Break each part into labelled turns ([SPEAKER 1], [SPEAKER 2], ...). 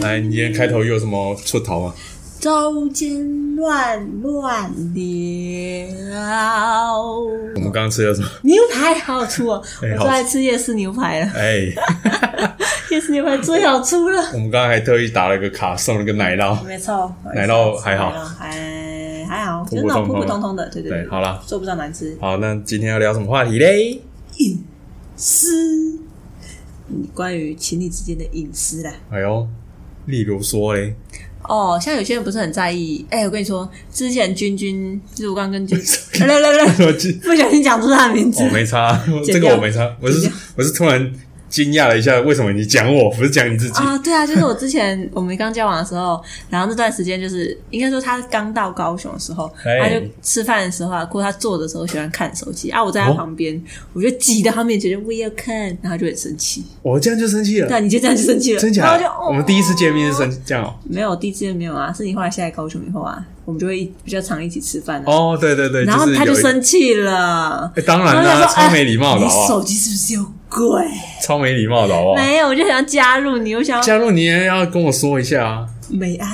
[SPEAKER 1] 来，你今天开头又有什么出头吗？
[SPEAKER 2] 周间乱乱聊，
[SPEAKER 1] 我们刚刚吃了什么？
[SPEAKER 2] 牛排好吃哦！
[SPEAKER 1] 哎
[SPEAKER 2] 我
[SPEAKER 1] 好
[SPEAKER 2] 最爱吃夜市牛排了，
[SPEAKER 1] 哎，
[SPEAKER 2] 夜市牛排最好吃了。
[SPEAKER 1] 我们刚刚还特意打了个卡，送了个奶酪。
[SPEAKER 2] 没错，
[SPEAKER 1] 奶酪哎还好
[SPEAKER 2] 奶酪还还好，
[SPEAKER 1] 普
[SPEAKER 2] 就
[SPEAKER 1] 普
[SPEAKER 2] 是那种普
[SPEAKER 1] 通通
[SPEAKER 2] 普通通的，对对
[SPEAKER 1] 对，好啦，
[SPEAKER 2] 做不到难吃。
[SPEAKER 1] 好，那今天要聊什么话题嘞？
[SPEAKER 2] 隐私，嗯关于情侣之间的隐私啦。
[SPEAKER 1] 哎呦，例如说嘞，
[SPEAKER 2] 哦，像有些人不是很在意。哎、我跟你说，之前君君，就是我刚跟君， 来来来来，
[SPEAKER 1] 我记
[SPEAKER 2] 不小心讲出他的名字
[SPEAKER 1] 我。哦 没差，啊
[SPEAKER 2] 剪
[SPEAKER 1] 这
[SPEAKER 2] 掉
[SPEAKER 1] 个我没差，我
[SPEAKER 2] 剪
[SPEAKER 1] 是
[SPEAKER 2] 掉
[SPEAKER 1] 我是突然惊讶了一下，为什么你讲我，不是讲你自己？
[SPEAKER 2] 啊，对啊，就是我之前我们刚交往的时候， 然后那段时间就是应该说他刚到高雄的时候，
[SPEAKER 1] 哎
[SPEAKER 2] 他就吃饭的时候啊，或者他坐的时候喜欢看手机啊，我在他旁边，
[SPEAKER 1] 哦
[SPEAKER 2] 我就挤到他面前，就我也要看，然后他就很生气，
[SPEAKER 1] 我这样就生气
[SPEAKER 2] 对啊，
[SPEAKER 1] 了，
[SPEAKER 2] 你就这样就生气了，
[SPEAKER 1] 哦真
[SPEAKER 2] 然
[SPEAKER 1] 假
[SPEAKER 2] 后就、
[SPEAKER 1] 的？
[SPEAKER 2] 哦、
[SPEAKER 1] 我们第一次见面是生这样哦。
[SPEAKER 2] 没有第一次见面没有啊，是你后来下来高雄以后啊，我们就会一比较常一起吃饭啊，
[SPEAKER 1] 哦，对对对，
[SPEAKER 2] 然后
[SPEAKER 1] 是
[SPEAKER 2] 他
[SPEAKER 1] 有
[SPEAKER 2] 就
[SPEAKER 1] 一
[SPEAKER 2] 生气了。
[SPEAKER 1] 哎当然
[SPEAKER 2] 然后他
[SPEAKER 1] 啦，
[SPEAKER 2] 说：“
[SPEAKER 1] 超没礼貌
[SPEAKER 2] 哎
[SPEAKER 1] 的
[SPEAKER 2] 你
[SPEAKER 1] 好不好？
[SPEAKER 2] 手机是不是有鬼？
[SPEAKER 1] 超没礼貌的好不好？
[SPEAKER 2] 没有，我就想加入你，我想要
[SPEAKER 1] 加入你也要跟我说一下啊。
[SPEAKER 2] 美哀。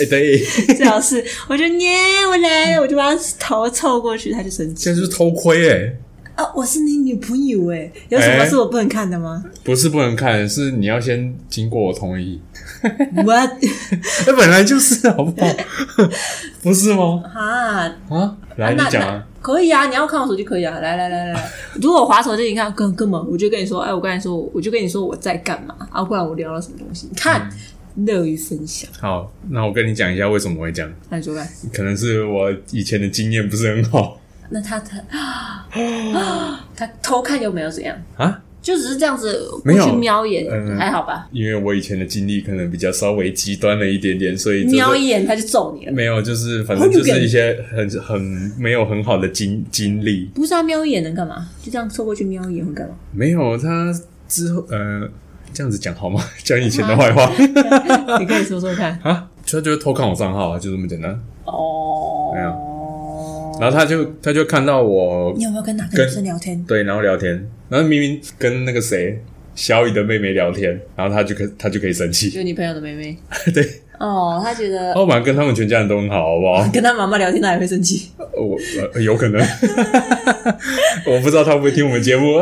[SPEAKER 1] 哎，对，
[SPEAKER 2] 最好是，我就耶，我来了，我就把他头凑过去，他就生气
[SPEAKER 1] 现在就是偷窥哎、
[SPEAKER 2] 啊！我是你女朋友哎，有什么是我不能看的吗、
[SPEAKER 1] 不是不能看，是你要先经过我同 意。
[SPEAKER 2] 我
[SPEAKER 1] 那欸本来就是好不好？ 不是吗？
[SPEAKER 2] 啊，
[SPEAKER 1] 啊，来你
[SPEAKER 2] 那
[SPEAKER 1] 讲
[SPEAKER 2] 那
[SPEAKER 1] 啊，
[SPEAKER 2] 可以啊，你要看我手机可以啊，来来来 来，如果我滑手机，你看根根本我就跟你说，哎，我跟你说，我就跟你说我在干嘛啊，不然我聊了什么东西？你看，
[SPEAKER 1] 嗯
[SPEAKER 2] 乐于分享，
[SPEAKER 1] 好，那我跟你讲一下为什么我会这样，
[SPEAKER 2] 那你说看，
[SPEAKER 1] 可能是我以前的经验不是很好
[SPEAKER 2] 那他他 啊他偷看又没有怎样，
[SPEAKER 1] 啊，
[SPEAKER 2] 就只是这样子过
[SPEAKER 1] 没有
[SPEAKER 2] 去瞄一眼，
[SPEAKER 1] 嗯
[SPEAKER 2] 还好吧？
[SPEAKER 1] 因为我以前的经历可能比较稍微极端了一点点，所以就是
[SPEAKER 2] 瞄一眼他就揍你了。
[SPEAKER 1] 没有，就是反正就是一些很很没有很好的经经历，
[SPEAKER 2] 不是啊，瞄一眼能干嘛？就这样凑过去瞄一眼会干嘛？
[SPEAKER 1] 没有他之后呃，这样子讲好吗？ 讲以前的坏话
[SPEAKER 2] 你可以说说看。
[SPEAKER 1] 啊，他就是偷看我账号啊，就这么简单。
[SPEAKER 2] 哦
[SPEAKER 1] 没然后他就他就看到我
[SPEAKER 2] 你有没有跟哪个
[SPEAKER 1] 跟
[SPEAKER 2] 女生聊天？
[SPEAKER 1] 对，然后聊天，然后明明跟那个谁小雨的妹妹聊天，然后他就可他就可以生气，
[SPEAKER 2] 就你朋友的妹妹。
[SPEAKER 1] 对，
[SPEAKER 2] 哦，他觉得
[SPEAKER 1] 老板跟他们全家人都很好，好不好？
[SPEAKER 2] 跟他妈妈聊天，他也会生气。
[SPEAKER 1] 我、呃、有可能， 我不知道他会不会听我们节目，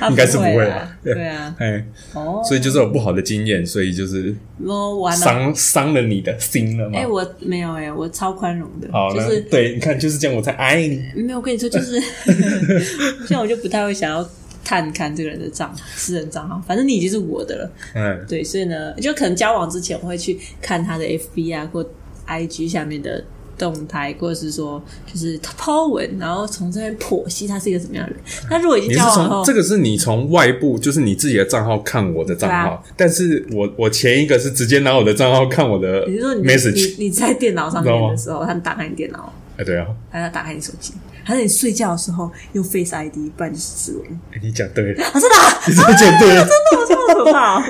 [SPEAKER 2] 他
[SPEAKER 1] 应该是不
[SPEAKER 2] 会
[SPEAKER 1] 会
[SPEAKER 2] 啊
[SPEAKER 1] 啦。
[SPEAKER 2] 对啊，
[SPEAKER 1] 哎，
[SPEAKER 2] 哦，
[SPEAKER 1] 所以就是有不好的经验，所以就是
[SPEAKER 2] 我玩了。
[SPEAKER 1] 伤伤了你的心了嘛
[SPEAKER 2] 哎，。我没有哎，我超宽容的，
[SPEAKER 1] 好，
[SPEAKER 2] 就
[SPEAKER 1] 那
[SPEAKER 2] 是
[SPEAKER 1] 对，你看就是这样，我才爱你。
[SPEAKER 2] 没有。我跟你说，就是 像我就不太会想要探看这个人的账号，私人账号，反正你已经是我的了。
[SPEAKER 1] 嗯，
[SPEAKER 2] 对，所以呢，就可能交往之前我会去看他的 FB 啊或 IG 下面的动态，或者是说就是他 po 文，然后从这边剖析他是一个什么样的人。那如果已经
[SPEAKER 1] 你是
[SPEAKER 2] 交往
[SPEAKER 1] 从
[SPEAKER 2] 后，
[SPEAKER 1] 这个是嗯你从外部，就是你自己的账号看我的账号，
[SPEAKER 2] 啊
[SPEAKER 1] 但是我我前一个是直接拿我的账号看我的
[SPEAKER 2] 你是说你
[SPEAKER 1] message，
[SPEAKER 2] 你你在电脑上
[SPEAKER 1] 知道
[SPEAKER 2] 面
[SPEAKER 1] 吗
[SPEAKER 2] 的时候，他打开你电脑，
[SPEAKER 1] 哎，对啊，
[SPEAKER 2] 还是他打开你手机，还是你睡觉的时候用 Face ID，不然就是指纹？
[SPEAKER 1] 哎你讲对了，
[SPEAKER 2] 啊，真的、啊，
[SPEAKER 1] 你真的 讲对了，
[SPEAKER 2] 真的，这么可怕、 哦、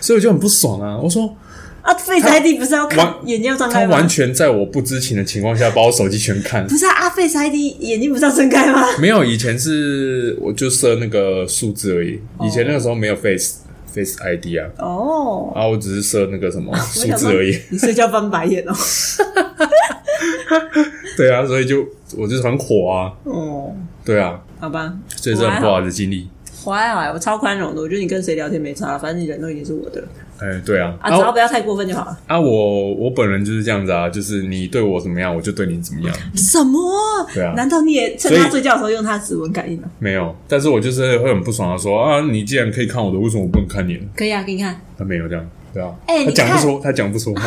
[SPEAKER 1] 所以我就很不爽啊！我说
[SPEAKER 2] 啊！Face ID 不是要看
[SPEAKER 1] 完
[SPEAKER 2] 眼睛要张
[SPEAKER 1] 他
[SPEAKER 2] 开
[SPEAKER 1] 完
[SPEAKER 2] 吗？
[SPEAKER 1] 全在我不知情的情况下把我手机全看
[SPEAKER 2] 不，是啊啊，Face ID 眼睛不是要睁开吗？
[SPEAKER 1] 没有以前是我就设那个数字而已，以前那个时候没有 Face Face ID 啊，
[SPEAKER 2] 哦，
[SPEAKER 1] 啊，我只是设那个 什么
[SPEAKER 2] 我
[SPEAKER 1] 数
[SPEAKER 2] 想
[SPEAKER 1] 字
[SPEAKER 2] 说
[SPEAKER 1] 而已，
[SPEAKER 2] 你睡觉翻白眼哦。
[SPEAKER 1] 对啊，所以就我就很火啊，
[SPEAKER 2] 哦，
[SPEAKER 1] 对啊，
[SPEAKER 2] 好吧，
[SPEAKER 1] 所以这很不好的经历，
[SPEAKER 2] 我还好欸，我超宽容的。我觉得你跟谁聊天没差，反正你人都已经是我的了
[SPEAKER 1] 哎，对啊，
[SPEAKER 2] 啊，
[SPEAKER 1] 然
[SPEAKER 2] 只
[SPEAKER 1] 后
[SPEAKER 2] 要不要太过分就好了。
[SPEAKER 1] 啊，我我本人就是这样子啊，就是你对我怎么样，我就对你怎么样。
[SPEAKER 2] 什么？
[SPEAKER 1] 对啊
[SPEAKER 2] 难道你也趁
[SPEAKER 1] 所以
[SPEAKER 2] 他睡觉的时候用他指纹感应了？
[SPEAKER 1] 没有，但是我就是会很不爽的说啊，你既然可以看我的，为什么我不能看你呢？
[SPEAKER 2] 可以啊，给你看，
[SPEAKER 1] 他没有这样，对啊，
[SPEAKER 2] 哎
[SPEAKER 1] 他
[SPEAKER 2] 你看
[SPEAKER 1] 讲不出，他讲不 出话。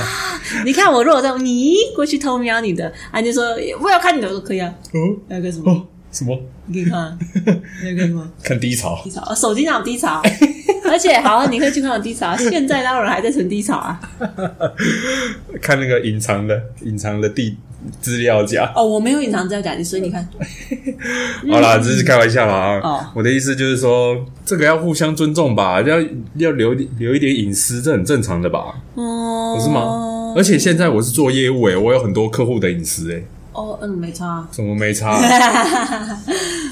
[SPEAKER 2] 你看我如果这样，你过去偷瞄你的，啊，你就说我要看你的，我说可以啊，
[SPEAKER 1] 哦
[SPEAKER 2] 要干什么？
[SPEAKER 1] 哦，什么？
[SPEAKER 2] 你给你看 啊，要干什么？
[SPEAKER 1] 看低潮？
[SPEAKER 2] 低潮，啊手机上有低潮，而且好，你可以去看我低潮，啊现在当然还在存低潮啊。
[SPEAKER 1] 看那个隐藏的隐藏的地资料夹？
[SPEAKER 2] 哦，我没有隐藏资料夹，所以你看，
[SPEAKER 1] 好啦，这是开玩笑啦啊。
[SPEAKER 2] 嗯哦
[SPEAKER 1] 我的意思就是说，这个要互相尊重吧，要要留留一点隐私，这很正常的吧？
[SPEAKER 2] 哦，
[SPEAKER 1] 不是吗？而且现在我是做业务诶、我有很多客户的隐私诶、
[SPEAKER 2] 哦，嗯，没差啊，
[SPEAKER 1] 怎么没差、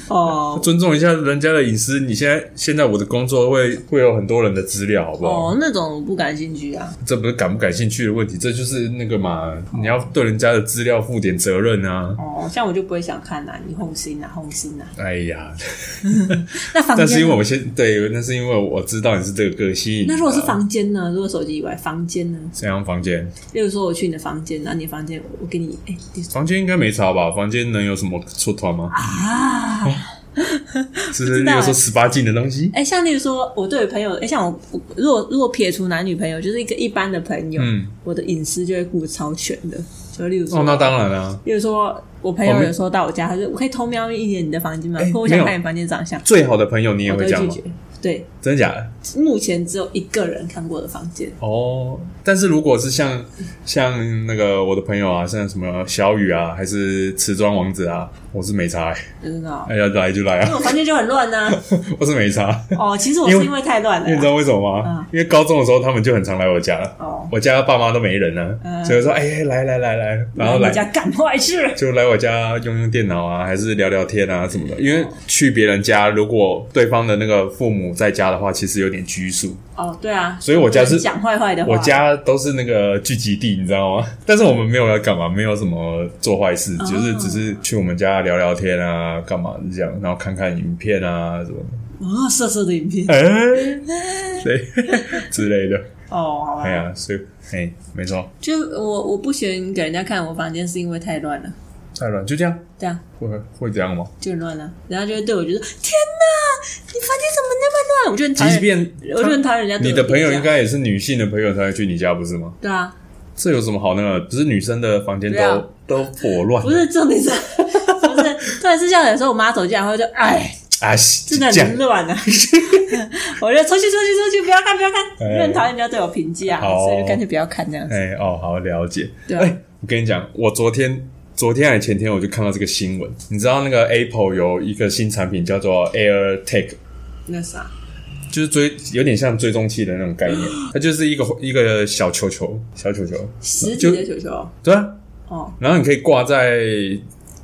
[SPEAKER 2] 哦
[SPEAKER 1] 尊重一下人家的隐私。你现在现在我的工作会会有很多人的资料，好不好？
[SPEAKER 2] 哦，那种我不感兴趣啊。
[SPEAKER 1] 这不是感不感兴趣的问题，这就是那个嘛，你要对人家的资料负点责任啊。
[SPEAKER 2] 哦，像我就不会想看呐、你红心呐、红心呐、
[SPEAKER 1] 哎呀，
[SPEAKER 2] 那房间
[SPEAKER 1] 但
[SPEAKER 2] 呢，
[SPEAKER 1] 是因为我先对，那是因为我知道你是这个个性。
[SPEAKER 2] 那如果是房间呢？如果手机以外，房间呢？
[SPEAKER 1] 怎样房间？
[SPEAKER 2] 例如说我去你的房间，啊然后你的房间我给你，哎、你
[SPEAKER 1] 房间应该没差吧？房间能有什么出团 吗？
[SPEAKER 2] 啊，
[SPEAKER 1] 是不
[SPEAKER 2] 不
[SPEAKER 1] 是
[SPEAKER 2] 知道
[SPEAKER 1] 又说
[SPEAKER 2] 欸
[SPEAKER 1] 十八禁的东西？
[SPEAKER 2] 哎、像例如说我对朋友，哎、像我我如果如果撇除男女朋友，就是一个一般的朋友，
[SPEAKER 1] 嗯，
[SPEAKER 2] 我的隐私就会顾得超全的。就例如说，
[SPEAKER 1] 哦，那当然啦、啊。
[SPEAKER 2] 例如说我朋
[SPEAKER 1] 我
[SPEAKER 2] 友
[SPEAKER 1] 们
[SPEAKER 2] 有时候到我家，他说我可以偷瞄一眼你的房间吗？
[SPEAKER 1] 哎
[SPEAKER 2] 或我
[SPEAKER 1] 没
[SPEAKER 2] 想
[SPEAKER 1] 有
[SPEAKER 2] 看你房间长相，
[SPEAKER 1] 最好的朋友你也
[SPEAKER 2] 我都
[SPEAKER 1] 会
[SPEAKER 2] 会
[SPEAKER 1] 这样
[SPEAKER 2] 拒
[SPEAKER 1] 吗？
[SPEAKER 2] 绝。哦对，
[SPEAKER 1] 真的假的？
[SPEAKER 2] 目前只有一个人看过我的房间。
[SPEAKER 1] 哦，但是如果是像像那个我的朋友啊，像什么小雨啊，还是瓷砖王子啊，我是没差、欸，
[SPEAKER 2] 真的哦、
[SPEAKER 1] 哎呀来就来
[SPEAKER 2] 因
[SPEAKER 1] 啊，
[SPEAKER 2] 为我房间就很乱 呐、
[SPEAKER 1] 我是没差。
[SPEAKER 2] 哦，其实我
[SPEAKER 1] 因
[SPEAKER 2] 是
[SPEAKER 1] 为
[SPEAKER 2] 因为太乱
[SPEAKER 1] 因为你
[SPEAKER 2] 了
[SPEAKER 1] 知
[SPEAKER 2] 啦。
[SPEAKER 1] 道为什么吗？
[SPEAKER 2] 嗯
[SPEAKER 1] 因为高中的时候他们就很常来我家了，
[SPEAKER 2] 哦，
[SPEAKER 1] 我家爸妈都没人呢、
[SPEAKER 2] 嗯
[SPEAKER 1] 所以说哎、来来来来，然后
[SPEAKER 2] 来
[SPEAKER 1] 来
[SPEAKER 2] 你家干坏事。
[SPEAKER 1] 就来我家用用电脑啊，还是聊聊天啊什么的。因为去别人家，如果对方的那个父母在家的话，其实有点拘束。
[SPEAKER 2] 哦，对啊，
[SPEAKER 1] 所以我家
[SPEAKER 2] 不
[SPEAKER 1] 是
[SPEAKER 2] 能讲坏坏的话。
[SPEAKER 1] 我家都是那个聚集地，你知道吗？但是我们没有要干嘛，没有什么做坏事，
[SPEAKER 2] 哦
[SPEAKER 1] 就是只是去我们家聊聊天啊，干嘛这样，然后看看影片啊什么的，
[SPEAKER 2] 哦，色色的影片。
[SPEAKER 1] 哎、对之类的。
[SPEAKER 2] 哦，好吧
[SPEAKER 1] 哎。呀，所以哎、没错，
[SPEAKER 2] 就我我不喜欢给人家看我房间，是因为太乱了。
[SPEAKER 1] 太乱，就这样，
[SPEAKER 2] 这样
[SPEAKER 1] 会会这样吗？
[SPEAKER 2] 就很乱了、啊人家就会对我觉得天哪，你房间怎么那么乱？我就很讨
[SPEAKER 1] 即
[SPEAKER 2] 厌，
[SPEAKER 1] 便
[SPEAKER 2] 我就很讨厌人家对
[SPEAKER 1] 你
[SPEAKER 2] 我
[SPEAKER 1] 的朋友
[SPEAKER 2] 这样
[SPEAKER 1] 应该也是女性的朋友才会去你家，不是吗？
[SPEAKER 2] 对啊，
[SPEAKER 1] 这有什么好那个？只是女生的房间都、
[SPEAKER 2] 对啊
[SPEAKER 1] 都破乱，
[SPEAKER 2] 不是重点是 不是 突然是这样的时候，我妈走进来，后就哎，
[SPEAKER 1] 啊，
[SPEAKER 2] 真
[SPEAKER 1] 真
[SPEAKER 2] 的
[SPEAKER 1] 这样
[SPEAKER 2] 很乱啊！ 我就出去出去出去，不要看不要看，
[SPEAKER 1] 哎
[SPEAKER 2] 因为很讨厌人家对我评价，
[SPEAKER 1] 好
[SPEAKER 2] 所以就干脆不要看这样子。
[SPEAKER 1] 哎、哦，好了解。
[SPEAKER 2] 对啊
[SPEAKER 1] 哎、我跟你讲，我昨天、昨天还前天我就看到这个新闻，你知道那个 Apple 有一个新产品叫做 AirTag，
[SPEAKER 2] 那啥，
[SPEAKER 1] 就是追有点像追踪器的那种概 念，它就是一个一个小球球，小球球，
[SPEAKER 2] 实体
[SPEAKER 1] 就
[SPEAKER 2] 的球球
[SPEAKER 1] 对啊，
[SPEAKER 2] 哦，
[SPEAKER 1] 然后你可以挂在，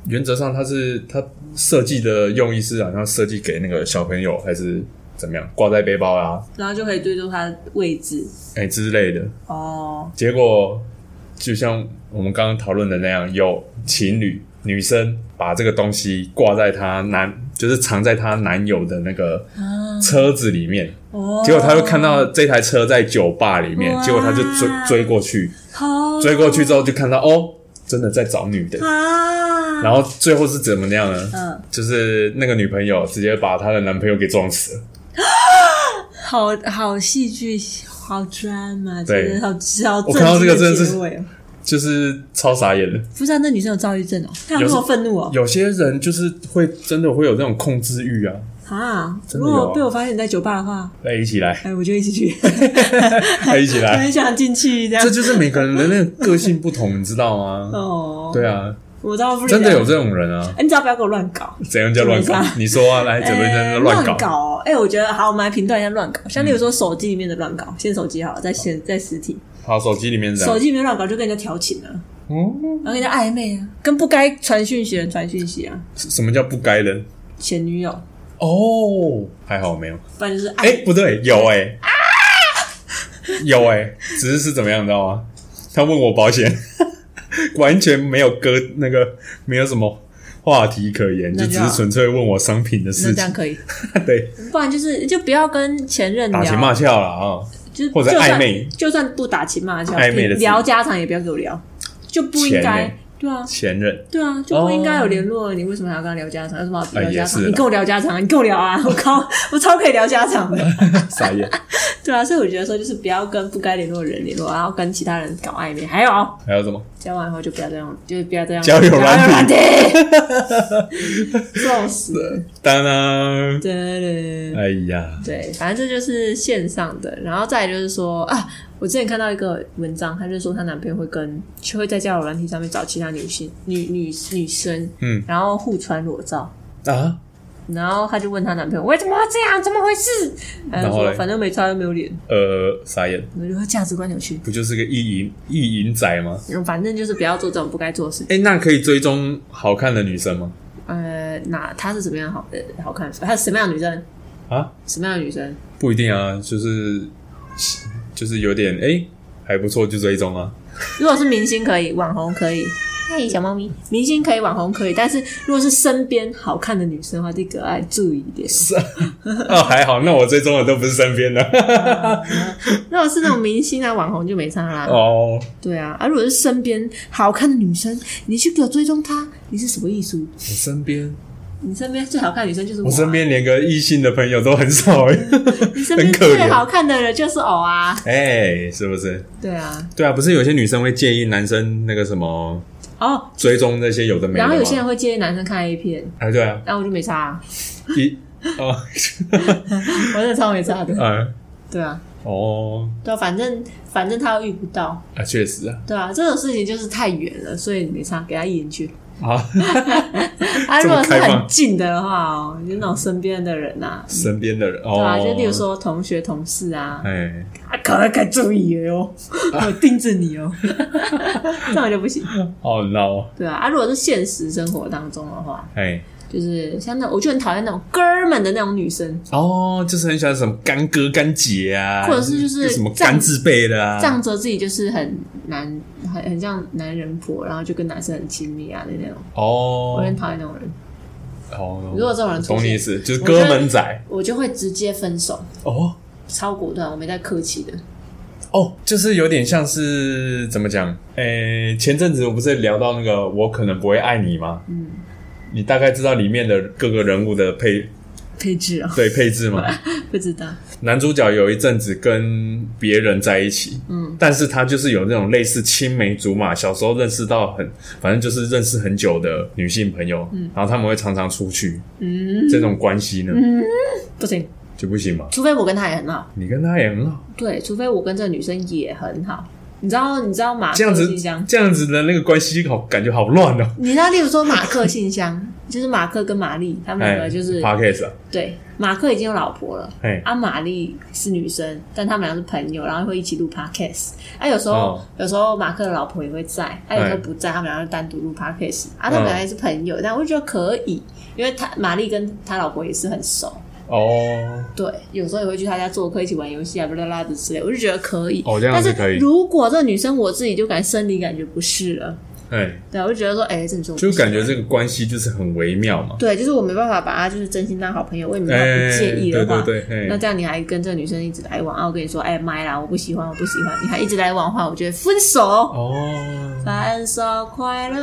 [SPEAKER 1] 原则上它是它设计的用意是好像设计给那个小朋友还是怎么样，挂在背包啊，
[SPEAKER 2] 然后就可以追踪它的位置
[SPEAKER 1] 哎、之类的，
[SPEAKER 2] 哦。
[SPEAKER 1] 结果就像我们刚刚讨论的那样，有情侣女生把这个东西挂在她男，就是藏在她男友的那个车子里面，
[SPEAKER 2] 哦，
[SPEAKER 1] 结果她就看到这台车在酒吧里面，
[SPEAKER 2] 哇哦
[SPEAKER 1] 结果她就追追过去，
[SPEAKER 2] 好
[SPEAKER 1] 追过去之后就看到哦，真的在找女的。
[SPEAKER 2] 哦啊，
[SPEAKER 1] 然后最后是怎么样呢？
[SPEAKER 2] 嗯，
[SPEAKER 1] 就是那个女朋友直接把她的男朋友给撞死了。
[SPEAKER 2] 好好戏剧，好 drama，
[SPEAKER 1] 对
[SPEAKER 2] 真的好好。
[SPEAKER 1] 我看到这个真的是
[SPEAKER 2] 结尾哦，
[SPEAKER 1] 就是超傻眼的，
[SPEAKER 2] 不知道那女生有躁郁症哦，她有那么愤怒哦
[SPEAKER 1] 有些人就是会真的会有那种控制欲啊！
[SPEAKER 2] 啊！
[SPEAKER 1] 真
[SPEAKER 2] 如
[SPEAKER 1] 的有啊
[SPEAKER 2] 果被我发现你在酒吧的话，
[SPEAKER 1] 来，一 起来，
[SPEAKER 2] 哎，我就一起 去，
[SPEAKER 1] 来，哎一起
[SPEAKER 2] 我
[SPEAKER 1] 来，
[SPEAKER 2] 很想进去这样
[SPEAKER 1] 这。就是每个人的那个个性不同，你知道吗？
[SPEAKER 2] 哦，
[SPEAKER 1] 嗯对啊，
[SPEAKER 2] 我倒不知道
[SPEAKER 1] 真的有这种人啊！
[SPEAKER 2] 哎，你只要不要给我乱搞，
[SPEAKER 1] 怎样叫乱搞
[SPEAKER 2] 怎么样？
[SPEAKER 1] 你说啊，来，怎么
[SPEAKER 2] 哎
[SPEAKER 1] 叫乱搞？嗯
[SPEAKER 2] 哦哎、我觉得好，我们来评断一下乱搞。像例如说手机里面的乱搞，先手机好了，再先再实体。
[SPEAKER 1] 好，手机里面这
[SPEAKER 2] 手
[SPEAKER 1] 样。
[SPEAKER 2] 机里面乱搞就跟人家调情啊，
[SPEAKER 1] 嗯，
[SPEAKER 2] 然后跟人家暧昧啊，跟不该传讯息的人传讯息啊，
[SPEAKER 1] 什么叫不该人？
[SPEAKER 2] 前女友，
[SPEAKER 1] 哦，还好没有。
[SPEAKER 2] 不然就是爱、
[SPEAKER 1] 哎，不对，有哎，
[SPEAKER 2] 啊
[SPEAKER 1] 有哎，只是是怎么样，你知道吗？他问我保险， 完全没有割那个，没有什么话题可言，
[SPEAKER 2] 那
[SPEAKER 1] 就
[SPEAKER 2] 就
[SPEAKER 1] 只
[SPEAKER 2] 好
[SPEAKER 1] 是纯粹问我商品的
[SPEAKER 2] 那
[SPEAKER 1] 事
[SPEAKER 2] 这样
[SPEAKER 1] 情。
[SPEAKER 2] 可以，
[SPEAKER 1] 对，
[SPEAKER 2] 不然就是就不要跟前任聊，
[SPEAKER 1] 打情骂俏了啊。
[SPEAKER 2] 就是
[SPEAKER 1] 或者
[SPEAKER 2] 就算
[SPEAKER 1] 暧昧
[SPEAKER 2] 就算不打情骂俏，
[SPEAKER 1] 暧昧的事
[SPEAKER 2] 聊家常也不要给我聊，就不应
[SPEAKER 1] 前
[SPEAKER 2] 该
[SPEAKER 1] 任。
[SPEAKER 2] 对啊，
[SPEAKER 1] 前任，
[SPEAKER 2] 对啊，就不应该有联络了。你为什么还要跟他聊家常？有什么好聊
[SPEAKER 1] 哎
[SPEAKER 2] 家
[SPEAKER 1] 哦也
[SPEAKER 2] 常？
[SPEAKER 1] 是啦
[SPEAKER 2] 你跟我聊家常，你跟我聊啊！ 我靠，我超可以聊家常 的。
[SPEAKER 1] 傻眼。
[SPEAKER 2] 对啊，所以我觉得说就是不要跟不该联络的人联络，然后跟其他人搞暧昧。还有哦
[SPEAKER 1] 还有什么？
[SPEAKER 2] 交往以后就不要这样，就是不要这样
[SPEAKER 1] 交友软
[SPEAKER 2] 软体，笑死了！
[SPEAKER 1] 当当，
[SPEAKER 2] 对
[SPEAKER 1] 哎呀，
[SPEAKER 2] 对，反正这就是线上的，然后再来就是说啊，我之前看到一个文章，她就说她男朋友会跟就会在交友软体上面找其他女性女女女生，
[SPEAKER 1] 嗯
[SPEAKER 2] 然后互传裸照。
[SPEAKER 1] 啊，
[SPEAKER 2] 然后她就问她男朋友：“为什么要这样？怎么回事？”然后
[SPEAKER 1] 然后
[SPEAKER 2] 说：“
[SPEAKER 1] 嘞
[SPEAKER 2] 反正没差又没有脸。
[SPEAKER 1] 呃，傻眼，”
[SPEAKER 2] 我觉得价值观扭曲，
[SPEAKER 1] 不就是个意淫意淫仔吗？
[SPEAKER 2] 嗯反正就是不要做这种不该做的事。
[SPEAKER 1] 哎、那可以追踪好看的女生吗？
[SPEAKER 2] 呃，哪她是什么样好呃好看？她是什么样的女生？
[SPEAKER 1] 啊，
[SPEAKER 2] 什么样的女生？
[SPEAKER 1] 不一定啊，就是就是有点哎、诶还不错，就追踪啊。
[SPEAKER 2] 如果是明星可以，网红可以。嗨，小猫咪，明星可以，网红可以，但是如果是身边好看的女生的话，这个爱注意一点。
[SPEAKER 1] 是啊，哦还好，那我追踪的都不是身边的
[SPEAKER 2] 如果是那种明星啊、网红就没差啦。
[SPEAKER 1] 哦。
[SPEAKER 2] 对啊，啊，如果是身边好看的女生，你去给我追踪她，你是什么意思？
[SPEAKER 1] 我身边，
[SPEAKER 2] 你身边最好看的女生就是我
[SPEAKER 1] 我
[SPEAKER 2] 啊
[SPEAKER 1] 身，边连个异性的朋友都很少 哎、
[SPEAKER 2] 你身边
[SPEAKER 1] 很可怜
[SPEAKER 2] 最好看的人就是我啊。
[SPEAKER 1] 哎、是不是？
[SPEAKER 2] 对啊，
[SPEAKER 1] 对啊，不是有些女生会介意男生那个什么
[SPEAKER 2] 哦，
[SPEAKER 1] 追踪那些有的没的
[SPEAKER 2] 然
[SPEAKER 1] 吗？
[SPEAKER 2] 后有些人会建议男生看 A 片，
[SPEAKER 1] 哎，对啊，
[SPEAKER 2] 然后我就没差、啊，
[SPEAKER 1] 一 哦
[SPEAKER 2] 我真的超没差的。
[SPEAKER 1] 啊
[SPEAKER 2] 对啊，
[SPEAKER 1] 哦
[SPEAKER 2] 对啊，反正反正他又遇不到，
[SPEAKER 1] 啊，确实啊，
[SPEAKER 2] 对啊，这种事情就是太远了，所以没差，给他一人去。
[SPEAKER 1] 啊，
[SPEAKER 2] 啊，如
[SPEAKER 1] 这么
[SPEAKER 2] 果是
[SPEAKER 1] 开放
[SPEAKER 2] 很近的话哦，就那种身边的人啊，
[SPEAKER 1] 身边的人哦，
[SPEAKER 2] 对啊，就例如，说同学、同事啊，
[SPEAKER 1] 哎、
[SPEAKER 2] 啊，可能该注意了 哦，我盯着你哦，这样就不行。
[SPEAKER 1] 哦 no，
[SPEAKER 2] 对啊，啊，如果是现实生活当中的话，
[SPEAKER 1] 哎、
[SPEAKER 2] 就是像那我就很讨厌那种哥儿们的那种女生，
[SPEAKER 1] 哦，就是很喜欢什么干哥干姐啊，
[SPEAKER 2] 或者是就是
[SPEAKER 1] 什么干字辈的啊，
[SPEAKER 2] 仗着自己就是很男，很很像男人婆，然后就跟男生很亲密啊的那种，我
[SPEAKER 1] 哦
[SPEAKER 2] 很讨厌那种人，
[SPEAKER 1] 哦，
[SPEAKER 2] 如果这种人出现
[SPEAKER 1] 懂你意思，就是哥们仔
[SPEAKER 2] 我就会直接分手，
[SPEAKER 1] 哦
[SPEAKER 2] 超果断，我没在客气的。
[SPEAKER 1] 哦，就是有点像是怎么讲？诶、前阵子我不是聊到那个我可能不会爱你吗？嗯，你大概知道里面的各个人物的配
[SPEAKER 2] 配置哦，
[SPEAKER 1] 对配置吗？
[SPEAKER 2] 不知道，
[SPEAKER 1] 男主角有一阵子跟别人在一起，嗯，但是他就是有那种类似青梅竹马，小时候认识到很，反正就是认识很久的女性朋友，嗯，然后他们会常常出去，嗯，这种关系呢、
[SPEAKER 2] 嗯不行，
[SPEAKER 1] 就不行嘛。
[SPEAKER 2] 除非我跟他也很好，
[SPEAKER 1] 你跟他也很好，
[SPEAKER 2] 对，除非我跟这个女生也很好，你知道，你知道马
[SPEAKER 1] 这样
[SPEAKER 2] 克
[SPEAKER 1] 子
[SPEAKER 2] 信箱，
[SPEAKER 1] 这样子的那个关系好，感觉好乱哦。
[SPEAKER 2] 你知道，例如说马克信箱， 就是马克跟玛丽他们两个嗯就是、
[SPEAKER 1] p o d c a s t 哎啊，
[SPEAKER 2] 对，马克已经有老婆了，
[SPEAKER 1] 哎，
[SPEAKER 2] 啊，玛丽是女生，但他们俩是朋友，然后会一起录 podcast。啊，有时候、
[SPEAKER 1] 哦
[SPEAKER 2] 有时候马克的老婆也会在，啊，有时候不在，他们俩就单独录 podcast。啊，他们
[SPEAKER 1] 嗯
[SPEAKER 2] 俩也是朋友，但我就觉得可以，因为他玛丽跟他老婆也是很熟，
[SPEAKER 1] 哦，
[SPEAKER 2] 对，有时候也会去他家做客，一起玩游戏啊，巴拉巴拉的之类，我就觉得可以。
[SPEAKER 1] 哦这样
[SPEAKER 2] 但
[SPEAKER 1] 子
[SPEAKER 2] 是
[SPEAKER 1] 可以
[SPEAKER 2] 如果这女生我自己就感生理感觉不适了，
[SPEAKER 1] 哎，
[SPEAKER 2] 对，我就觉得说，哎、这女生我不
[SPEAKER 1] 就感
[SPEAKER 2] 喜欢
[SPEAKER 1] 觉这个关系就是很微妙嘛。
[SPEAKER 2] 对，就是我没办法把她就是真心当好朋友，我也没办法
[SPEAKER 1] 哎
[SPEAKER 2] 不介意的话，
[SPEAKER 1] 对对对哎
[SPEAKER 2] 那这样你还跟这个女生一直来往啊？我跟你说，哎妈啦，我不喜欢，我不喜欢，你还一直来往的话，我觉得分 手，
[SPEAKER 1] 哦，
[SPEAKER 2] 分手快乐。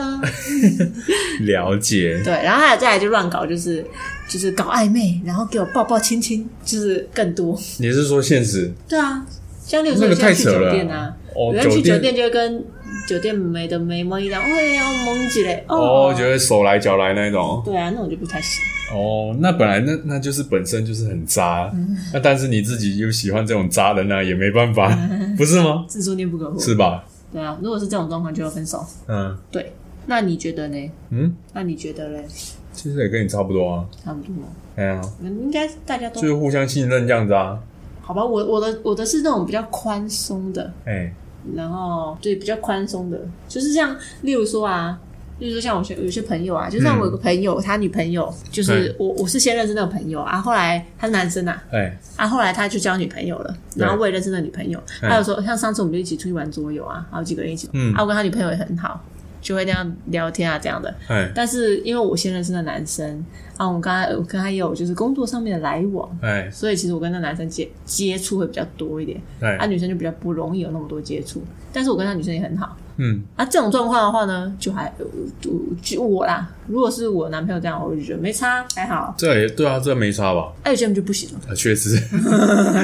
[SPEAKER 1] 了解，
[SPEAKER 2] 对，然后还有再来就乱搞，就是就是搞暧昧，然后给我抱抱亲亲，就是更多。
[SPEAKER 1] 你是说现实
[SPEAKER 2] 对啊，像例如说有
[SPEAKER 1] 那个
[SPEAKER 2] 些人
[SPEAKER 1] 太
[SPEAKER 2] 去
[SPEAKER 1] 扯
[SPEAKER 2] 酒
[SPEAKER 1] 了
[SPEAKER 2] 店啊
[SPEAKER 1] 啊？，哦
[SPEAKER 2] 有，人
[SPEAKER 1] 酒
[SPEAKER 2] 去酒
[SPEAKER 1] 店
[SPEAKER 2] 店就会跟酒店美的美梦一样，哎呀，萌起来
[SPEAKER 1] 哦，
[SPEAKER 2] 哦，
[SPEAKER 1] 就会手来脚来那种。
[SPEAKER 2] 对啊，那我就不太行。
[SPEAKER 1] 哦，那本来那那就是本身就是很渣，那、但是你自己又喜欢这种渣的，那也没办法， 不是吗？
[SPEAKER 2] 自作孽不可活。
[SPEAKER 1] 是吧？
[SPEAKER 2] 对啊，如果是这种状况就要分手。
[SPEAKER 1] 嗯
[SPEAKER 2] 对，那你觉得呢？
[SPEAKER 1] 嗯，
[SPEAKER 2] 那你觉得嘞？
[SPEAKER 1] 其实也跟你差不多啊。
[SPEAKER 2] 差不多，
[SPEAKER 1] 哎呀、
[SPEAKER 2] 嗯应该大家都
[SPEAKER 1] 就是互相信任这样子啊。
[SPEAKER 2] 好吧。我我的我的是那种比较宽松的，
[SPEAKER 1] 哎、
[SPEAKER 2] 然后对比较宽松的，就是像例如说啊，例如说像我些有些朋友啊，就像我有个朋友，他女朋友就是我我是先认识那个朋友啊，后来他是男生啊，
[SPEAKER 1] 哎、
[SPEAKER 2] 啊后来他就交女朋友了，
[SPEAKER 1] 对
[SPEAKER 2] 然后我也认识那女朋友，还有说像上次我们就一起出去玩桌游啊，好几个人一起玩，
[SPEAKER 1] 嗯
[SPEAKER 2] 啊我跟他女朋友也很好，就会那样聊天啊这样的，
[SPEAKER 1] 哎、
[SPEAKER 2] 但是因为我先认识那男生啊，我刚才我跟他也有就是工作上面的来往，
[SPEAKER 1] 哎
[SPEAKER 2] 所以其实我跟那男生接接触会比较多一点，啊，
[SPEAKER 1] 哎，
[SPEAKER 2] 女生就比较不容易有那么多接触。但是我跟那女生也很好
[SPEAKER 1] 嗯，
[SPEAKER 2] 啊，这种状况的话呢，就还呃就就我啦，如果是我男朋友这样，我就觉得没差，还好。
[SPEAKER 1] 这也对啊，这没差吧？
[SPEAKER 2] 哎、有些人就不行了，
[SPEAKER 1] 啊确 实，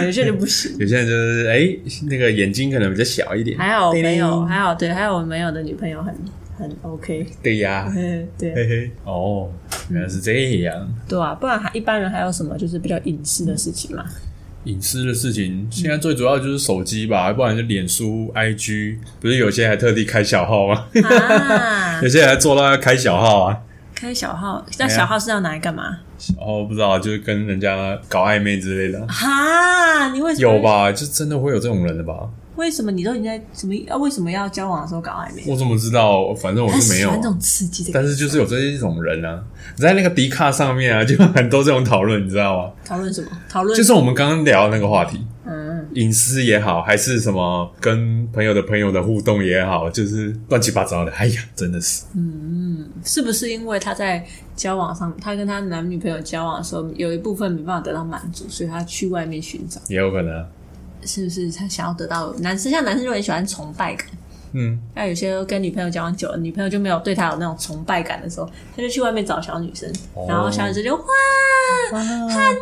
[SPEAKER 2] 有些人就不行。
[SPEAKER 1] 有些人就是哎、那个眼睛可能比较小一点。
[SPEAKER 2] 还好我没有，
[SPEAKER 1] 叮叮
[SPEAKER 2] 还好对，还好我没有的女朋友很很 OK，
[SPEAKER 1] 对呀、
[SPEAKER 2] 嗯对
[SPEAKER 1] 嘿嘿。哦，原来是这样。
[SPEAKER 2] 对啊，不然还一般人还有什么就是比较隐私的事情 嘛？
[SPEAKER 1] 隐私的事情，现在最主要就是手机吧，不然就脸书、IG，不是有些还特地开小号吗？
[SPEAKER 2] 啊
[SPEAKER 1] 有，些人还做到要开小号啊。
[SPEAKER 2] 开小号，那小号是要拿来干嘛？
[SPEAKER 1] 哦，不知道，就是跟人家搞暧昧之类的，
[SPEAKER 2] 哈，你为什么
[SPEAKER 1] 有？吧？就真的会有这种人的吧？
[SPEAKER 2] 为什么你都已经在什么啊？为什么要交往的时候搞暧昧？
[SPEAKER 1] 我怎么知道？反正我
[SPEAKER 2] 他
[SPEAKER 1] 是没
[SPEAKER 2] 喜
[SPEAKER 1] 有
[SPEAKER 2] 欢这
[SPEAKER 1] 啊，
[SPEAKER 2] 种刺激的
[SPEAKER 1] 但是就是有这一种人啊，你在那个迪卡上面啊，就有很多这种讨论，你知道吗？
[SPEAKER 2] 讨论什么？讨论
[SPEAKER 1] 就是我们刚刚聊的那个话题，
[SPEAKER 2] 嗯，
[SPEAKER 1] 隐私也好，还是什么跟朋友的朋友的互动也好，就是乱七八糟的。哎呀，真的是，
[SPEAKER 2] 是不是因为他在交往上，他跟他男女朋友交往的时候，有一部分没办法得到满足，所以他去外面寻找，
[SPEAKER 1] 也有可能、啊，
[SPEAKER 2] 是不是他想要得到男生？像男生就很喜欢崇拜感。
[SPEAKER 1] 嗯，
[SPEAKER 2] 那有些跟女朋友交往久了，女朋友就没有对他有那种崇拜感的时候，他就去外面找小女生，
[SPEAKER 1] 哦
[SPEAKER 2] 然后小女生就哇，
[SPEAKER 1] 啊，
[SPEAKER 2] 你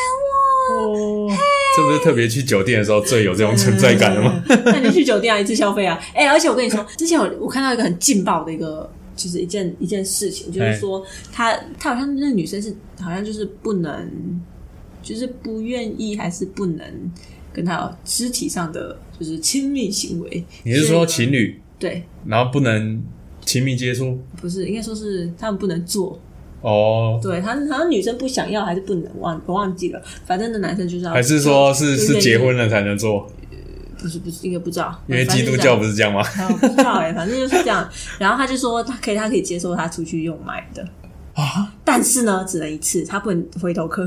[SPEAKER 2] 爱我，
[SPEAKER 1] 这不是特别去酒店的时候最有这种存在感了吗？
[SPEAKER 2] 嗯？那你去酒店啊，一次消费啊？哎、而且我跟你说，之前我我看到一个很劲爆的一个，就是一件一件事情，
[SPEAKER 1] 哎
[SPEAKER 2] 就是说他他好像那女生是好像就是不能，就是不愿意还是不能跟他有肢体上的就是亲密行为。
[SPEAKER 1] 你是说情侣，
[SPEAKER 2] 对？
[SPEAKER 1] 然后不能亲密接触？
[SPEAKER 2] 不是，应该说是他们不能做。
[SPEAKER 1] 哦，
[SPEAKER 2] 对他，好像女生不想要还是不能忘，我忘记了。反正那男生就是要，
[SPEAKER 1] 还是说是
[SPEAKER 2] 就愿
[SPEAKER 1] 是
[SPEAKER 2] 意
[SPEAKER 1] 结？婚了才能做？
[SPEAKER 2] 不是不是，应该不知道，
[SPEAKER 1] 因为
[SPEAKER 2] 反正
[SPEAKER 1] 基
[SPEAKER 2] 就
[SPEAKER 1] 督
[SPEAKER 2] 这样
[SPEAKER 1] 教不是这样吗？
[SPEAKER 2] 然后我不知道哎、反正就是这样。然后他就说他可以，他可以接受他出去用买的
[SPEAKER 1] 啊，
[SPEAKER 2] 但是呢，只能一次，他不能回头 客，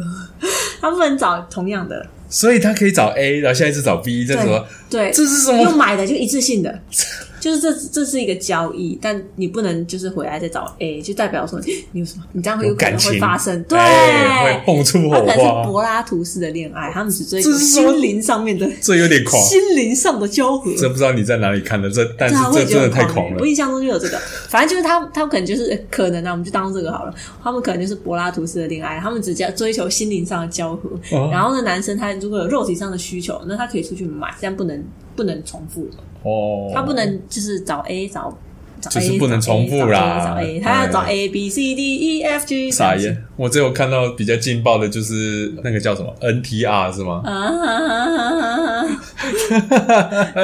[SPEAKER 2] 他不能找同样的。
[SPEAKER 1] 所以他可以找 A，然后下一次找 B，再什么？
[SPEAKER 2] 对，
[SPEAKER 1] 这是什
[SPEAKER 2] 用
[SPEAKER 1] 么？
[SPEAKER 2] 买的就一次性 的，就是这这是一个交易，但你不能就是回来再找 A，就代表说 你有什么，你这样会有
[SPEAKER 1] 有
[SPEAKER 2] 可能
[SPEAKER 1] 感
[SPEAKER 2] 会
[SPEAKER 1] 情
[SPEAKER 2] 发生。对，
[SPEAKER 1] 哎会蹦出
[SPEAKER 2] 他
[SPEAKER 1] 火
[SPEAKER 2] 们是
[SPEAKER 1] 花，
[SPEAKER 2] 柏拉图式的恋爱，他们只追求
[SPEAKER 1] 这是什么
[SPEAKER 2] 心灵上面的
[SPEAKER 1] 这有点狂。
[SPEAKER 2] 心灵上的交合。
[SPEAKER 1] 这不知道你在哪里看的，这但是
[SPEAKER 2] 对啊，我
[SPEAKER 1] 这
[SPEAKER 2] 也觉
[SPEAKER 1] 真
[SPEAKER 2] 得
[SPEAKER 1] 的
[SPEAKER 2] 很
[SPEAKER 1] 太
[SPEAKER 2] 欸
[SPEAKER 1] 狂了
[SPEAKER 2] 我。印象中就有这个，反正就是他们，他们可能就是可能啊，我们就当这个好了。他们可能就是柏拉图式的恋爱，他们只加追求心灵上的交合。
[SPEAKER 1] 哦
[SPEAKER 2] 然后呢，男生他如果有肉体上的需求，那他可以出去买，但不能不能重复，
[SPEAKER 1] 哦，
[SPEAKER 2] 他不能就是找 A 找。找 A，
[SPEAKER 1] 就是不能重复啦
[SPEAKER 2] 找 A，找 A，他要找
[SPEAKER 1] 哎
[SPEAKER 2] A B C D E F G，
[SPEAKER 1] 傻眼！我只有看到比较劲爆的，就是那个叫什么 NTR 是吗？
[SPEAKER 2] 啊！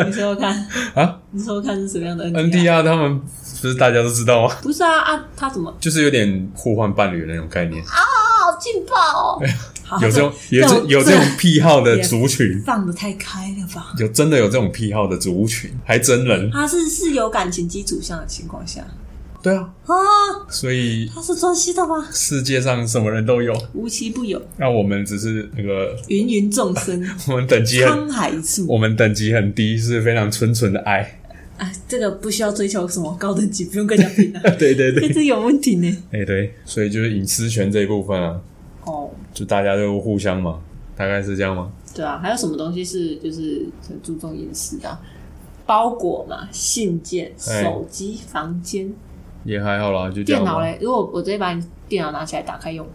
[SPEAKER 2] 你说说看
[SPEAKER 1] 啊，
[SPEAKER 2] 你说说看是什么样的 NTR？
[SPEAKER 1] NTR 他们不是大家都知道吗？
[SPEAKER 2] 不是啊啊，他怎么
[SPEAKER 1] 就是有点互换伴侣的那种概念，
[SPEAKER 2] 好劲爆哦！好
[SPEAKER 1] 哎有这种有啊这有这种癖好的族 群，
[SPEAKER 2] 放的太开了吧？
[SPEAKER 1] 有真的有这种癖好的族群，还真人。
[SPEAKER 2] 他是是有感情基础上的情况下
[SPEAKER 1] 对啊，
[SPEAKER 2] 啊，
[SPEAKER 1] 所以
[SPEAKER 2] 他是专心的吗？
[SPEAKER 1] 世界上什么人都有，
[SPEAKER 2] 无奇不有，
[SPEAKER 1] 那我们只是那个
[SPEAKER 2] 芸芸众生，
[SPEAKER 1] 我们等级很
[SPEAKER 2] 沧海一粟。
[SPEAKER 1] 我们等级很低，是非常纯纯的爱。
[SPEAKER 2] 哎，这个不需要追求什么高等级，不用跟人家比了，
[SPEAKER 1] 对 对
[SPEAKER 2] 这
[SPEAKER 1] 对，
[SPEAKER 2] 这有问题呢。
[SPEAKER 1] 哎对，所以就是隐私权这一部分啊，
[SPEAKER 2] 哦，
[SPEAKER 1] 就大家都互相嘛，大概是这样吗？
[SPEAKER 2] 对啊，还有什么东西是就是很注重隐私的啊？包裹嘛，信件、
[SPEAKER 1] 哎
[SPEAKER 2] 手机、房间、
[SPEAKER 1] 也还好啦，就这
[SPEAKER 2] 电
[SPEAKER 1] 样
[SPEAKER 2] 脑
[SPEAKER 1] 吧。
[SPEAKER 2] 嘞。如果我直接把你电脑拿起来打开用，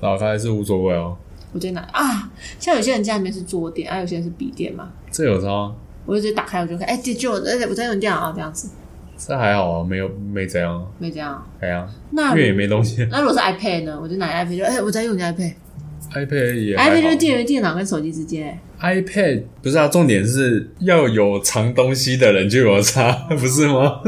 [SPEAKER 1] 打开是无所谓哦，
[SPEAKER 2] 我直接拿啊，像有些人家里面是桌垫，啊，有些人是笔电嘛，
[SPEAKER 1] 这有差吗，
[SPEAKER 2] 我就直接打开，我就看，哎、姐姐，我在我在用你电脑啊，这样子，
[SPEAKER 1] 这还好啊，没有没怎样啊，
[SPEAKER 2] 没这样。
[SPEAKER 1] 哎呀，
[SPEAKER 2] 那
[SPEAKER 1] 因为也没东西
[SPEAKER 2] 那如果是 iPad 呢？我就拿 iPad 就，哎、我在用你 iPad，iPad
[SPEAKER 1] ，iPad 也还好
[SPEAKER 2] 就是电源电脑跟手机之间、
[SPEAKER 1] iPad 不是啊，重点是要有藏东西的人就有差， 不是吗？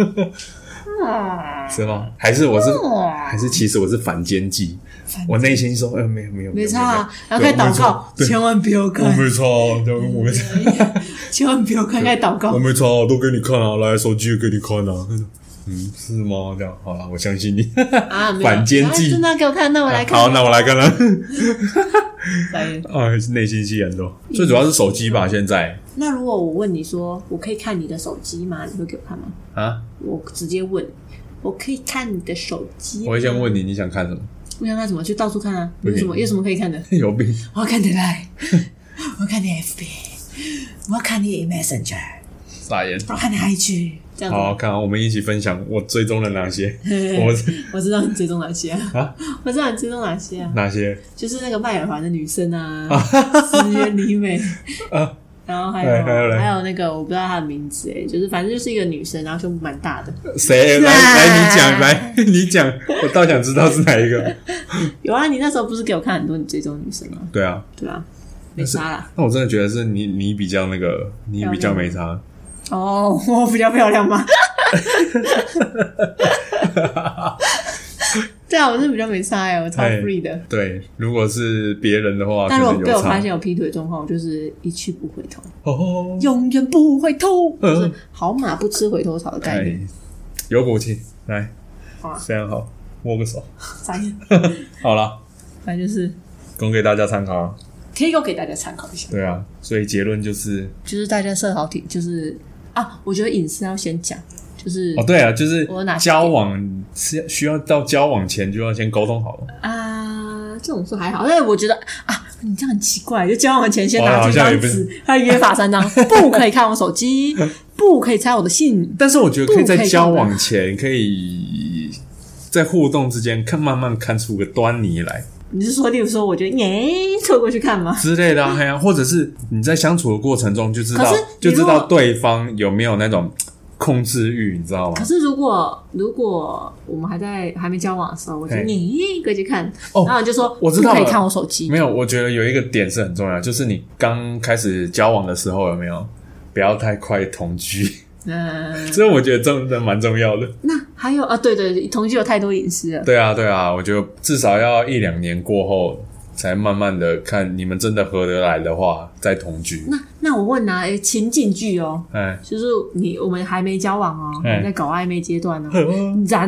[SPEAKER 2] 啊，
[SPEAKER 1] 是吗？还是我是
[SPEAKER 2] 哇
[SPEAKER 1] 还是其实我是反间计，我内心说，哎，没有没有
[SPEAKER 2] 没
[SPEAKER 1] 有
[SPEAKER 2] 差啊。然后开始祷告，
[SPEAKER 1] 对
[SPEAKER 2] 千万不要
[SPEAKER 1] 我
[SPEAKER 2] 看，
[SPEAKER 1] 没差啊，对我没差，
[SPEAKER 2] 千万不要看，开始祷告
[SPEAKER 1] 我。没差啊，都给你看啊，来手机也给你看啊， 嗯，是吗？这样好了，我相信你。
[SPEAKER 2] 啊，没有
[SPEAKER 1] 反间计
[SPEAKER 2] 啊真的要给我看，那我来看。
[SPEAKER 1] 好，那我来看 了。
[SPEAKER 2] 来
[SPEAKER 1] 啊，内心戏很多，最主要是手机吧，现在
[SPEAKER 2] 那如果我问你说，我可以看你的手机吗？你会给我看吗？
[SPEAKER 1] 啊，
[SPEAKER 2] 我直接问，我可以看你的手机？
[SPEAKER 1] 我会先问你，你想看什么？
[SPEAKER 2] 我想看什么？去到处看啊，有什么
[SPEAKER 1] 不行
[SPEAKER 2] 有什么可以看的？
[SPEAKER 1] 有病！
[SPEAKER 2] 我要看你 Line，我要看你 FB，我要看你 Messenger，
[SPEAKER 1] 傻眼。
[SPEAKER 2] 我要看你 IG，这样子。
[SPEAKER 1] 好，看啊，我们一起分享我追踪了哪些，我
[SPEAKER 2] 我我知道你追踪哪些啊，
[SPEAKER 1] 啊
[SPEAKER 2] 我知道你追踪哪些啊，
[SPEAKER 1] 哪些
[SPEAKER 2] 就是那个卖耳环的女生啊，石原里美，
[SPEAKER 1] 啊？
[SPEAKER 2] 然后还
[SPEAKER 1] 哎还有
[SPEAKER 2] 有
[SPEAKER 1] 嘞
[SPEAKER 2] 还有那个我不知道她的名字哎，就是反正就是一个女生，然后胸部蛮大的。
[SPEAKER 1] 谁
[SPEAKER 3] 啊
[SPEAKER 1] 来来？你讲，来你讲，我倒想知道是哪一个。
[SPEAKER 2] 有啊，你那时候不是给我看很多你追踪的女生吗？
[SPEAKER 1] 对啊，
[SPEAKER 2] 对吧？没啥啦。
[SPEAKER 1] 那我真的觉得是你，你比较那个，你比较没差。
[SPEAKER 2] 哦， 我比较漂亮吗？对啊，我是比较没差哎、我超
[SPEAKER 1] 哎
[SPEAKER 2] free 的。
[SPEAKER 1] 对，如果是别人的话，
[SPEAKER 3] 但
[SPEAKER 1] 可
[SPEAKER 3] 如
[SPEAKER 1] 能
[SPEAKER 3] 果被
[SPEAKER 1] 有
[SPEAKER 3] 我
[SPEAKER 1] 差
[SPEAKER 3] 发现有劈腿状况，我就是一去不回头，
[SPEAKER 1] 哦，
[SPEAKER 2] 永远不回头，
[SPEAKER 1] 嗯
[SPEAKER 2] 就是好马不吃回头草的概
[SPEAKER 1] 哎
[SPEAKER 2] 念。，
[SPEAKER 1] 有骨气，来，
[SPEAKER 2] 好啊
[SPEAKER 1] 非常好，握个手，
[SPEAKER 2] 啥意思？
[SPEAKER 1] 好了，
[SPEAKER 2] 反正就是
[SPEAKER 1] 供给大家参考啊。
[SPEAKER 3] 提供给大家参考一下。
[SPEAKER 1] 对啊，所以结论就是，
[SPEAKER 2] 就是大家设好体，就是啊，我觉得隐私要先讲，就是
[SPEAKER 1] 哦，对啊，就是
[SPEAKER 2] 我有哪些
[SPEAKER 1] 交往是需要到交往前就要先沟通好了。
[SPEAKER 2] 啊，这种事还好，但是我觉得啊，你这样很奇怪，就交往前先
[SPEAKER 1] 哇
[SPEAKER 2] 拿
[SPEAKER 1] 好
[SPEAKER 2] 几
[SPEAKER 1] 像也
[SPEAKER 2] 张
[SPEAKER 1] 不是
[SPEAKER 2] 纸，还有约法三 章，不可以看我手机，不可以猜我的信，
[SPEAKER 1] 但是我觉得可以在
[SPEAKER 2] 不可以
[SPEAKER 1] 交往前，可以在互动之间看慢慢看出个端倪来
[SPEAKER 2] 你是说，例如说，我觉得耶，凑过去看吗？
[SPEAKER 1] 之类的、啊，嘿啊，或者是你在相处的过程中就知道
[SPEAKER 2] 可是你
[SPEAKER 1] 就知
[SPEAKER 2] 如
[SPEAKER 1] 道
[SPEAKER 2] 果
[SPEAKER 1] 对方有没有那种控制欲，你知道吗
[SPEAKER 2] 可？是如果如果我们还在还没交往的时候，我就
[SPEAKER 1] 嘿
[SPEAKER 2] 耶过去看，
[SPEAKER 1] 哦
[SPEAKER 2] 然后你就说
[SPEAKER 1] 我知道
[SPEAKER 2] 不
[SPEAKER 1] 了
[SPEAKER 2] 可以看我手机
[SPEAKER 1] 没，有，我觉得有一个点是很重要，就是你刚开始交往的时候有没有不要太快同居，
[SPEAKER 2] 嗯，
[SPEAKER 1] 这我觉得真的蛮重要的。
[SPEAKER 2] 那还有啊，对对，对同居有太多隐私了，
[SPEAKER 1] 对啊，对啊，我觉得至少要一两年过后，才慢慢的看你们真的合得来的话，再同居。
[SPEAKER 2] 那那我问啊，诶情景剧哦，
[SPEAKER 1] 哎，
[SPEAKER 2] 就是你我们还没交往哦，
[SPEAKER 1] 嗯
[SPEAKER 2] 还在搞暧昧阶 段哦，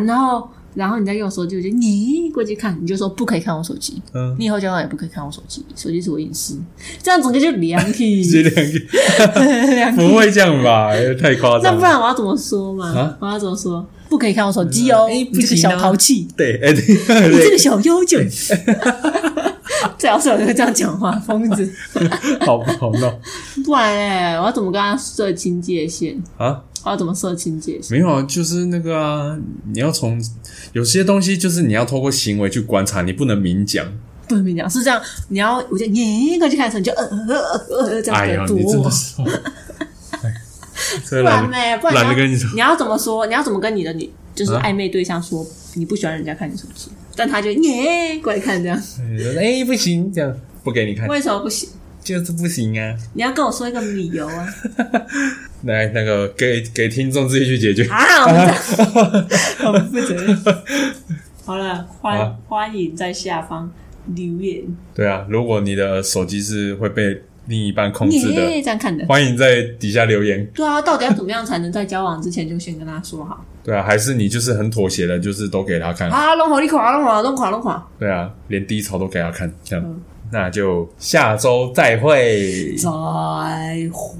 [SPEAKER 2] 然后然后你再用手机，我就你过去看，你就说不可以看我手机，
[SPEAKER 1] 嗯，
[SPEAKER 2] 你以后交往也不可以看我手机，手机是我隐私，这样整个就凉体
[SPEAKER 1] 这两个
[SPEAKER 2] 凉体。
[SPEAKER 1] 不会这样吧？太夸
[SPEAKER 2] 那
[SPEAKER 1] 张
[SPEAKER 2] 不
[SPEAKER 1] 了。
[SPEAKER 2] 然我要怎么说嘛？
[SPEAKER 1] 啊
[SPEAKER 2] 我要怎么说？不可以看我手机哦，
[SPEAKER 1] 哎不
[SPEAKER 2] 你这个
[SPEAKER 1] 行啊
[SPEAKER 2] 小淘气，
[SPEAKER 1] 对，哎，对
[SPEAKER 2] 你这个
[SPEAKER 1] 对，
[SPEAKER 2] 小妖精。 最好是有人会这样讲话，疯子。
[SPEAKER 1] 好好闹
[SPEAKER 2] 不然哎、我要怎么跟他设清界限？
[SPEAKER 1] 啊！
[SPEAKER 2] 我要怎么设清界限？
[SPEAKER 1] 没有啊，就是那个啊，你要从有些东西，就是你要透过行为去观察，你不能明讲。
[SPEAKER 2] 不能明讲，是这样。你要，我就你过去看的时候，你就呃呃呃呃呃这
[SPEAKER 1] 哎
[SPEAKER 2] 样
[SPEAKER 1] 呀，
[SPEAKER 2] 子
[SPEAKER 1] 你
[SPEAKER 2] 躲
[SPEAKER 1] 真
[SPEAKER 2] 我
[SPEAKER 1] 的。是，哎
[SPEAKER 2] 不然
[SPEAKER 1] 真的懒得
[SPEAKER 2] 呢？不
[SPEAKER 1] 懒得
[SPEAKER 2] 然
[SPEAKER 1] 跟你
[SPEAKER 2] 你
[SPEAKER 1] 说
[SPEAKER 2] 要你要怎么说？你要怎么跟你的女就是
[SPEAKER 1] 啊
[SPEAKER 2] 暧昧对象说你不喜欢人家看你手机？但他就耶过来看这样，
[SPEAKER 1] 哎，不行，这样不给你看，
[SPEAKER 2] 为什么不行？
[SPEAKER 1] 就是不行啊。
[SPEAKER 2] 你要跟我说一个理由 啊！
[SPEAKER 1] 来，那个给给听众自己去解决。
[SPEAKER 2] 啊，我
[SPEAKER 1] 哎
[SPEAKER 2] 们这 我们负责 任。好了，欢、
[SPEAKER 1] 啊
[SPEAKER 2] 欢迎在下方留言，
[SPEAKER 1] 对啊，如果你的手机是会被另一半控制
[SPEAKER 2] 耶
[SPEAKER 1] 的，
[SPEAKER 2] 这样看的。
[SPEAKER 1] 欢迎在底下留言。
[SPEAKER 2] 对啊，到底要怎么样才能在交往之前就先跟他说好？
[SPEAKER 1] 对啊，还是你就是很妥协的，就是都给他看。
[SPEAKER 2] 啊，弄好你垮，弄垮，弄垮，弄垮，
[SPEAKER 1] 对啊，连低潮都给他看，这样。
[SPEAKER 2] 嗯
[SPEAKER 1] 嗯那就下周再会。
[SPEAKER 2] 再会。